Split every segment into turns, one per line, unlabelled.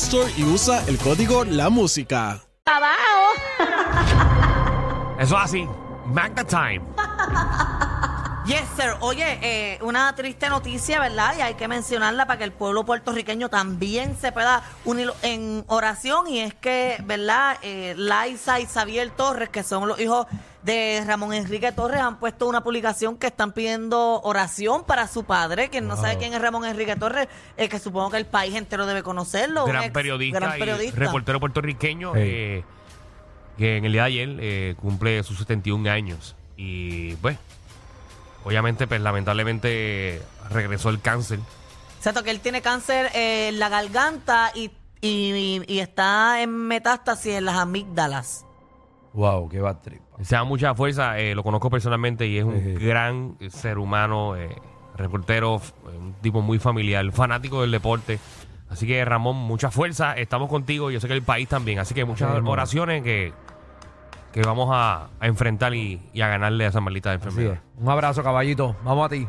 Store y usa el código La Música.
Eso es así. Magna Time.
Ah, Yes, sir. Oye, eh, una triste noticia, ¿verdad? Y hay que mencionarla para que el pueblo puertorriqueño también se pueda unir en oración. Y es que, ¿verdad? Eh, Laisa y Xavier Torres, que son los hijos de Ramón Enrique Torres, han puesto una publicación que están pidiendo oración para su padre, que no sabe quién es Ramón Enrique Torres, eh, que supongo que el país entero debe conocerlo. un
Gran
ex-
periodista,
gran periodista.
y reportero puertorriqueño
Sí.
eh, que en el día de ayer eh, cumple sus 71 años. Y pues, obviamente, pues lamentablemente regresó el cáncer.
Exacto, que él tiene cáncer eh, en la garganta y, y- y está en metástasis en las amígdalas.
Wow, qué bad trip.
Se da mucha fuerza, eh, lo conozco personalmente y es un
Ejé.
gran ser humano, eh, reportero, f- eh, un tipo muy familiar, fanático del deporte. Así que Ramón, mucha fuerza, estamos contigo y yo sé que el país también. Así que muchas
Así mismo.
oraciones que, que vamos a, a enfrentar y, y a ganarle a esa maldita
Así
enfermedad.
es. Un abrazo, caballito. Vamos a ti.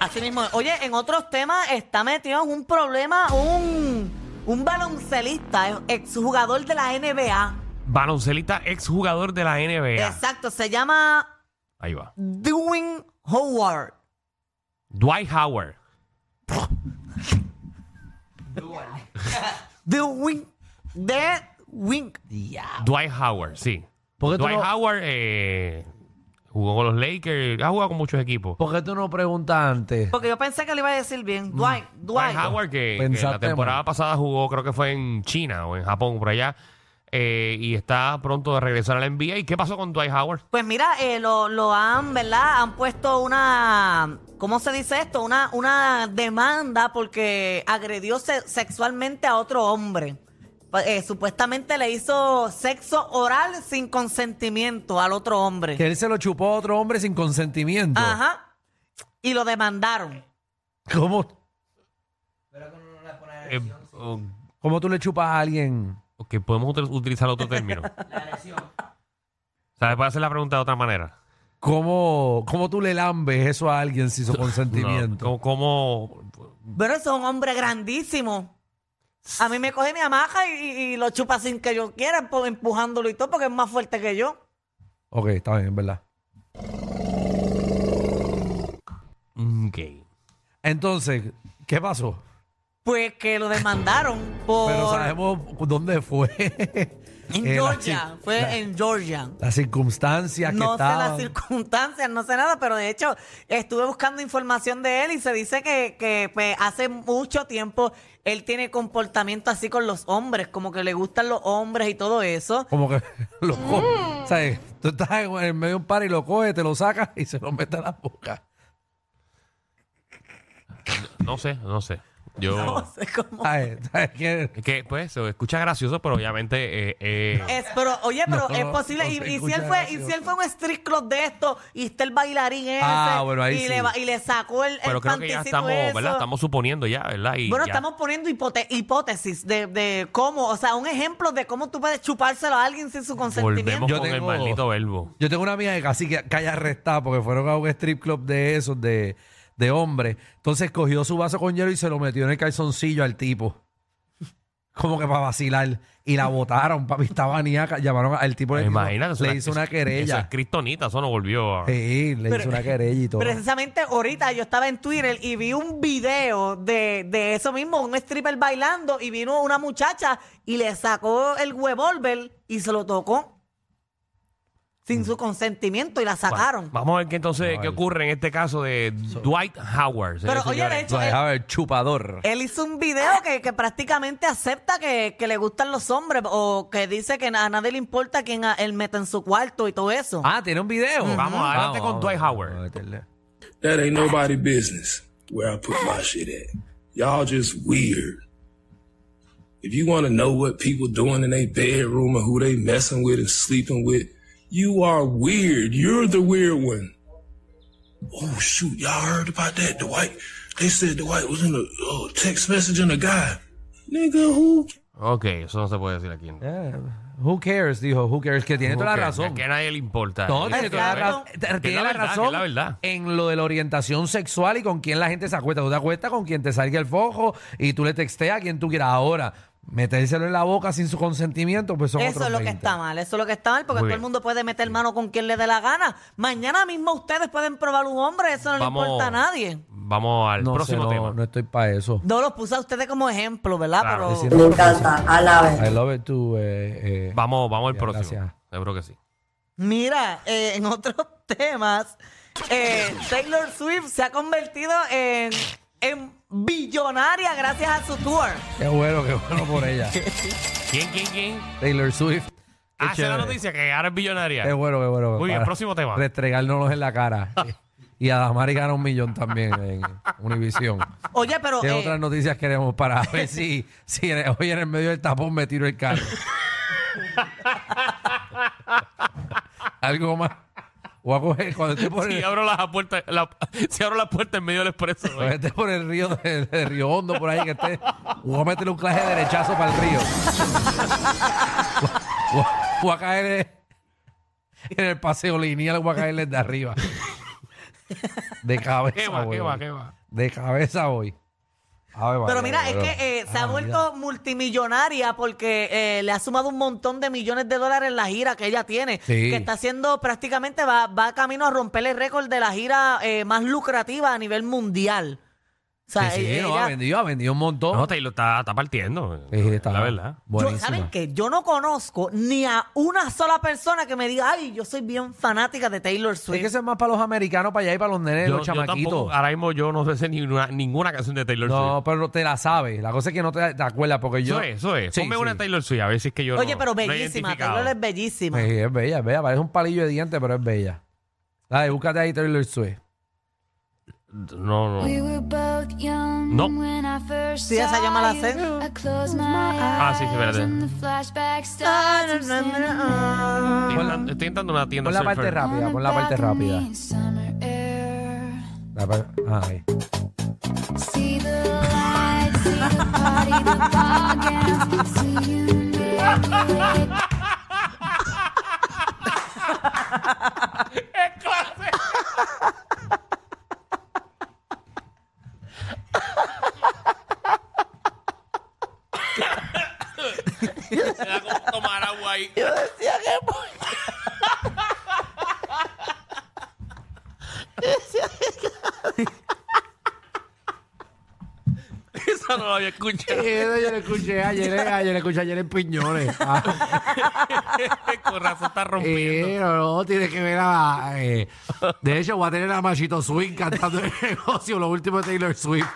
Así mismo, oye, en otros temas está metido en un problema un, un baloncelista, eh, exjugador de la NBA.
Baloncelista, exjugador de la NBA.
Exacto, se llama
Ahí va.
Dwayne Howard.
Dwight Howard.
Dwayne, Dwayne, ya.
Dwight Howard, sí.
¿Por qué tú
Dwight
no-
Howard eh, jugó con los Lakers, ha jugado con muchos equipos.
¿Por qué tú no preguntas antes?
Porque yo pensé que le iba a decir bien, Dwight,
Dwight
Dwight.
Howard, que, que la
Pensaste
temporada
mal.
pasada jugó, creo que fue en China o en Japón, por allá. eh, y está pronto de regresar a la NBA. ¿Y qué pasó con Dwight Howard?
Pues mira, eh, lo, lo han, ¿verdad? Han puesto una, ¿cómo se dice esto? Una, una demanda porque agredió se- sexualmente a otro hombre. Pa- eh, supuestamente le hizo sexo oral sin consentimiento al otro hombre.
Que él se lo chupó a otro hombre sin consentimiento.
Ajá. Y lo demandaron.
¿Cómo,
Eh, o-
¿Cómo tú le chupas a alguien?
ok, podemos util- utilizar otro término. La lesión. O sea, puede hacer la pregunta de otra manera.
¿Cómo, cómo tú le lambes eso a alguien sin su consentimiento?
No, ¿cómo, cómo-
Pero eso es un hombre grandísimo. A mí me coge mi amaja y, y- y lo chupa sin que yo quiera, po- empujándolo y todo, porque es más fuerte que yo.
Ok, está bien, es verdad.
mm, Ok.
Entonces, ¿qué pasó?
Pues que lo demandaron por...
Pero sabemos dónde fue.
En
Eh, la
Georgia,
ci-
fue
la-
en Georgia.
Las circunstancias que
No sé
estaban.
las circunstancias, no sé nada, pero de hecho estuve buscando información de él y se dice que, que, pues, hace mucho tiempo él tiene comportamiento así con los hombres, como que le gustan los hombres y todo eso.
Como que lo coge. ¿Sabes? Tú estás en en medio de un par y lo coges, te lo sacas y se lo mete a la boca.
No sé, no sé. Yo.
No sé cómo.
¿Sabes? ¿Sabes qué?
Es que, pues, se escucha gracioso, pero obviamente. eh, eh,
Es, pero, oye, pero
No,
es posible.
no
y,
se
y si
escucha
él fue, y si
gracioso.
él fue un street club de esto, y está el bailarín ese,
Ah, bueno, ahí
y, le,
sí.
va- y le sacó el, el
pero creo que ya
pantecito
estamos,
eso.
¿verdad? Estamos suponiendo ya, ¿verdad? Y
Bueno,
ya.
estamos poniendo hipote- hipótesis de, de cómo, o sea, un ejemplo de cómo tú puedes chupárselo a alguien sin su consentimiento.
Volvemos
Yo
con el
tengo-
maldito verbo.
Yo tengo una amiga que casi que, que haya arrestado porque fueron a un strip club de esos, de, de hombres. Entonces cogió su vaso con hielo y se lo metió en el calzoncillo al tipo. como que para vacilar. Y la botaron, papi, estaba niaca. Llamaron al tipo le,
Imagínate. eso
le
es-
hizo una
Eso es
querella.
cristonita, eso no volvió. a-
Sí, le hizo una querella y todo.
Precisamente ahorita yo estaba en Twitter y vi un video de, de eso mismo, un stripper bailando y vino una muchacha y le sacó el huevolver y se lo tocó sin su consentimiento y la
Mm. Bueno,
sacaron.
vamos a ver qué entonces
Vale.
qué ocurre en este caso de Dwight Howard.
Pero
señores y señores.
oye, de
Lo
hecho, él,
dejaba el Pues, chupador.
él hizo un video que, que prácticamente acepta que, que le gustan los hombres o que dice que a nadie le importa quién a- él meta en su cuarto y todo eso.
Ah, tiene un video.
Vamos, adelante con Dwight Howard.
vamos a meterle.
That ain't nobody business where I put my shit at. Y'all just weird. If you want to know what people doing in their bedroom and who they messing with and sleeping with, you are weird. You're the weird one. Oh shoot, y'all heard about that, Dwight? They said Dwight was in a uh, text message and a guy. Nigga, who?
Ok, eso no se puede decir aquí.
Eh, Who cares, dijo. Who cares, que tiene toda
Ok,
la razón.
Que a nadie le importa.
No,
Eh,
tiene toda la,
Exacto.
ra-
Que es
tiene
la
la
verdad, que
razón
es la verdad.
en lo de la orientación sexual y con quién la gente se acuesta. Tú te acuestas con quien te salga el fojo y tú le texteas a quien tú quieras. Ahora, metérselo en la boca sin su consentimiento, pues son
Eso
otros
es lo que
20.
está mal, eso es lo que está mal,
Muy
porque todo
bien.
el mundo puede meter mano con quien le dé la gana. Mañana mismo ustedes pueden probar un hombre, eso no le importa a nadie.
Vamos al
No, sé,
próximo
no,
tema.
no estoy para eso.
No los puse a ustedes como ejemplo, ¿verdad?
Claro,
Pero
sí,
Me encanta, a la vez.
I love it too, eh, eh.
Vamos, vamos al
Ya,
próximo.
gracias.
Seguro que sí.
mira, eh, en otros temas, eh, Taylor Swift se ha convertido en, en billonaria gracias a su tour.
Qué bueno, qué bueno por ella.
¿Quién, quién, quién?
Taylor Swift. Qué
Hace la
chévere.
noticia que ahora es billonaria.
Qué bueno, qué bueno.
Muy bien,
Para
próximo tema.
Restregárnoslos en la cara. y a Damari gana un millón también en Univisión.
Oye, pero...
¿Qué
eh,
otras noticias queremos para ver si, si en- hoy en el medio del tapón me tiro el carro? Algo más. Voy a coger cuando esté por
Si
el,
abro las puertas, la- si abro las puertas en medio del expreso. ¿eh?
cuando esté por el río de, de Río Hondo, por ahí que esté. Voy a meterle un claje de derechazo para el río. Voy a- Voy a caer en, en el paseo lineal, voy a caer desde arriba. De cabeza.
¿Qué va,
voy,
qué va,
voy.
qué va?
De cabeza voy. A ver,
Pero
María,
mira, es
pero-
que eh, se ha
Ah, mira.
vuelto multimillonaria porque eh, le ha sumado un montón de millones de dólares en la gira que ella tiene.
Sí.
Que está haciendo prácticamente, va, va camino a romper el récord de la gira eh, más lucrativa a nivel mundial. O sea,
Sí, sí,
eh,
no,
ella-
ha vendido, ha vendido un montón.
No, Taylor está, está partiendo.
Oh. Sí, está
la verdad.
yo,
buenísima.
¿Saben qué? Yo no conozco ni a una sola persona que me diga, ay, yo soy bien fanática de Taylor
Es
Swift.
que eso es más para los americanos, para allá y para los nenes, Eh, los
tampoco, ah,
chamaquitos.
ahora mismo yo no sé ni una- ninguna canción de Taylor
No,
Swift.
pero te la sabes. La cosa es que no te, te acuerdas porque yo...
Eso es, eso es.
Sí,
Ponme
sí.
una de Taylor Swift, a ver si es que yo
Oye,
no-
pero
no he
bellísima,
identificado.
Taylor es bellísima.
Sí, Eh, es bella, es bella. Parece un palillo de dientes, pero es bella. Dale, búscate ahí Taylor Swift.
No,
We
no.
were both young
No.
when I first
Sí, esa ya me la sé.
saw you. I closed my
Ah, sí,
eyes
sí, espérate.
and the flashback
Ah,
starts of standing
Estoy entrando- Estoy entrando en una tienda.
Pon la parte
surfer.
rápida,
on
pon
the
la parte rápida.
balcony, summer air.
La par- ah, ahí.
See the lights, see the party, the ball gowns, see you naked.
Me da como tomar agua ahí.
Yo decía que...
Esa no la había escuchado.
Eh, yo le escuché ayer, ayer le escuché ayer en Piñones.
Ah, Con razón está rompiendo.
Eh, no, no, tienes que ver a. eh, de hecho, voy a tener a Machito Swing cantando en el negocio, lo último de Taylor Swift.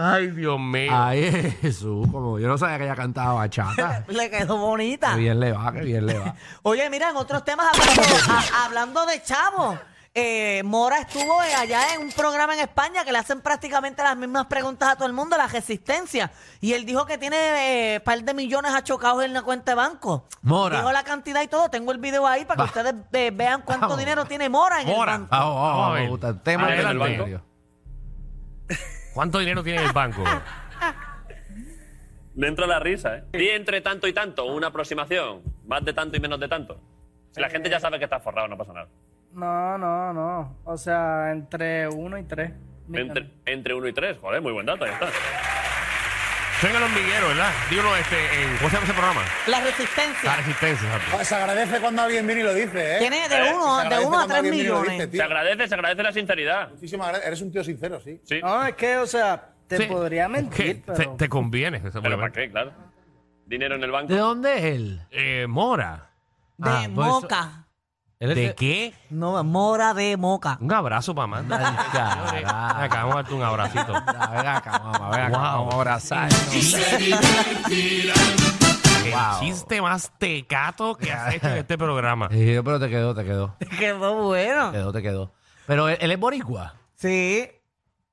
Ay, Dios mío.
Ay, Jesús, como yo no sabía que ella cantaba bachata.
Le quedó bonita.
Qué bien le va, qué bien le va.
Oye, mira, en otros temas, hablando, a- hablando de chavos, eh, Mora estuvo eh, allá en un programa en España que le hacen prácticamente las mismas preguntas a todo el mundo, la resistencia. Y él dijo que tiene eh, par de millones achocados en la cuenta de banco.
Mora.
Dijo la cantidad y todo. Tengo el video ahí para que ustedes eh, vean cuánto
Vamos.
dinero tiene Mora en
Mora.
el banco.
Vamos, vamos,
Vamos a
vamos,
ver.
me gusta. Tema
Ahí
del
en el banco.
medio.
¿Cuánto dinero tiene en el banco?
Me entra la risa, ¿eh? Di entre tanto y tanto, una aproximación. Más de tanto y menos de tanto. Si la gente ya sabe que está forrado, no pasa nada.
No, no, no. O sea, entre uno y tres.
Entre, entre uno y tres, joder, muy buen dato, ya está.
Soy en el hormiguero, ¿verdad? Digo, no, este, en, ¿cómo se llama ese programa?
La
La
resistencia.
resistencia, exacto.
Ah, Se agradece cuando alguien viene y lo dice, ¿eh?
Tiene
Se
de uno, de
agradece
uno a
cuando
tres
alguien viene y lo dice,
millones.
tío.
Se agradece, se agradece la sinceridad.
Muchísimas gracias. Eres un tío sincero, sí.
Sí.
No, es que, o sea, te
Sí.
podría
Que
mentir,
te,
pero...
te conviene. eso,
Pero ¿para
obviamente.
qué? Claro. Dinero en el banco.
¿De dónde es él?
Eh, Mora.
De
Ah, por eso-
moca.
Él es
¿De qué?
No, mora de moca.
Un abrazo para Amanda.
Ay, carajo.
Señores, Acá vamos a darte un abracito.
Ah, ven acá, mamá, ven acá,
Wow.
vamos a abrazar.
El chiste más tecato que has hecho en este programa.
Sí, pero te quedó, te quedó,
Te Quedó bueno.
te quedó, te quedó. Pero él, él es boricua.
Sí.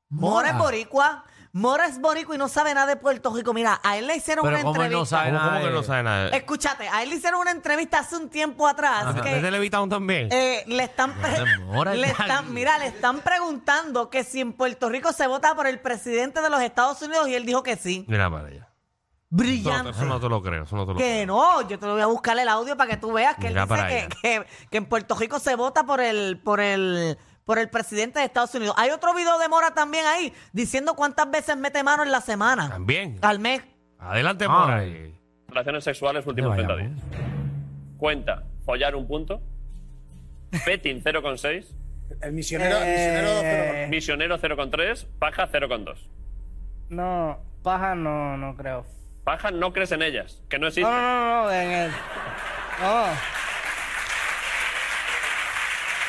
Mora es boricua. Mora es boricua y no sabe nada de Puerto Rico. Mira, a él le hicieron
Pero
una
cómo él
entrevista.
no sabe
¿Cómo,
nada.
cómo que
de-
no sabe nada?
Escúchate, a él le hicieron una entrevista hace un tiempo atrás
Ajá.
que
¿Es de Levitown también?
eh, le están, pre-
Dale, Mora,
le
ya.
están- mira, le están preguntando que si en Puerto Rico se vota por el presidente de los Estados Unidos y él dijo que sí.
Mira para allá. Eso no, te-
Brillante.
eso no te lo creo, eso no te lo
Que
creo.
no, yo te lo voy a buscar el audio para que tú veas que él
Mira para
dice
allá.
que, que- que en Puerto Rico se vota por el, por el, por el presidente de Estados Unidos. Hay otro video de Mora también ahí, diciendo cuántas veces mete mano en la semana.
También.
Al mes.
Adelante,
Ay.
Mora.
Relaciones sexuales últimos 30 días. Cuenta, follar un punto. Petting 0,6.
El misionero, el misionero
Eh,
Misionero 0,3. Paja 0,2.
No, paja no, no creo.
Pajas no crees en ellas, que no
No,
existen.
no, no, no, en el... No.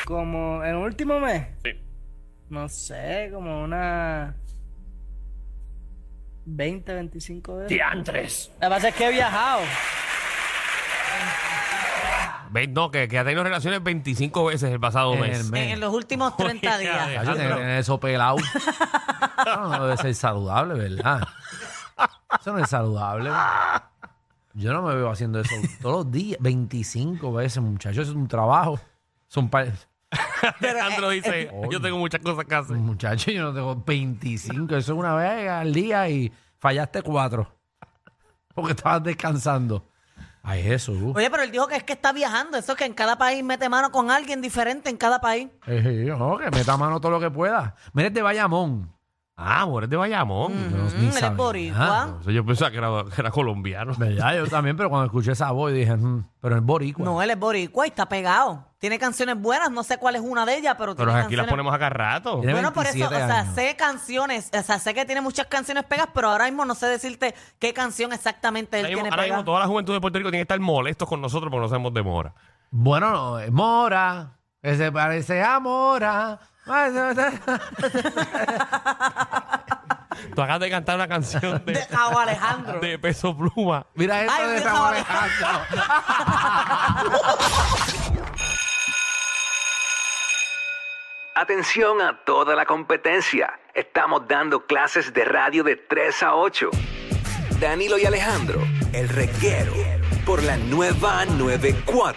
Como en último mes,
Sí.
no sé, como una... 20, 25 de...
¡Diantres!
La pasa es que he viajado.
Ve- No, que, que ha tenido relaciones 25 veces el pasado
En
mes.
el mes.
En, en los últimos 30 días.
Ay, yo tengo que tener eso pelado. Eso no debe ser saludable, ¿verdad? Eso no es saludable. Yo no me veo haciendo eso todos los días, 25 veces, muchachos. Eso es un trabajo. Son pa-
Alejandro dice, yo tengo muchas cosas que hacer.
Muchachos, yo no tengo 25. Eso es una vez al día y fallaste cuatro. Porque estabas descansando. Ay, Jesús.
Oye, pero él dijo que es que está viajando. Eso es que en cada país mete mano con alguien diferente en cada país.
Eh, no, que meta mano todo lo que pueda. Mira, es de Bayamón.
Ah, Mora es de Bayamón.
Dios,
Mm,
ni
él es
sabía.
boricua.
O sea, yo pensaba que era, que era colombiano.
¿Verdad? Yo también, pero cuando escuché esa voz dije, "Mm, pero es boricua.
No, él es boricua y está pegado. Tiene canciones buenas, no sé cuál es una de ellas, pero
Pero
tiene
aquí las
canciones
ponemos acá rato.
Tiene
Bueno, por eso, o
27
sea,
años.
sé canciones, o sea, sé que tiene muchas canciones pegas, pero ahora mismo no sé decirte qué canción exactamente él
Ahora mismo-
tiene
ahora mismo
pegada.
toda la juventud de Puerto Rico tiene que estar molestos con nosotros porque no sabemos de Mora.
Bueno, no, es Mora. Que se parece a Mora.
Tú acabas de cantar una canción de,
De Jao Alejandro.
de peso pluma.
Mira esto
Ay,
de
mira,
San Alejandro.
Atención a toda la competencia. Estamos dando clases de radio de 3 a 8. Danilo y Alejandro, el reguero, por la nueva 94.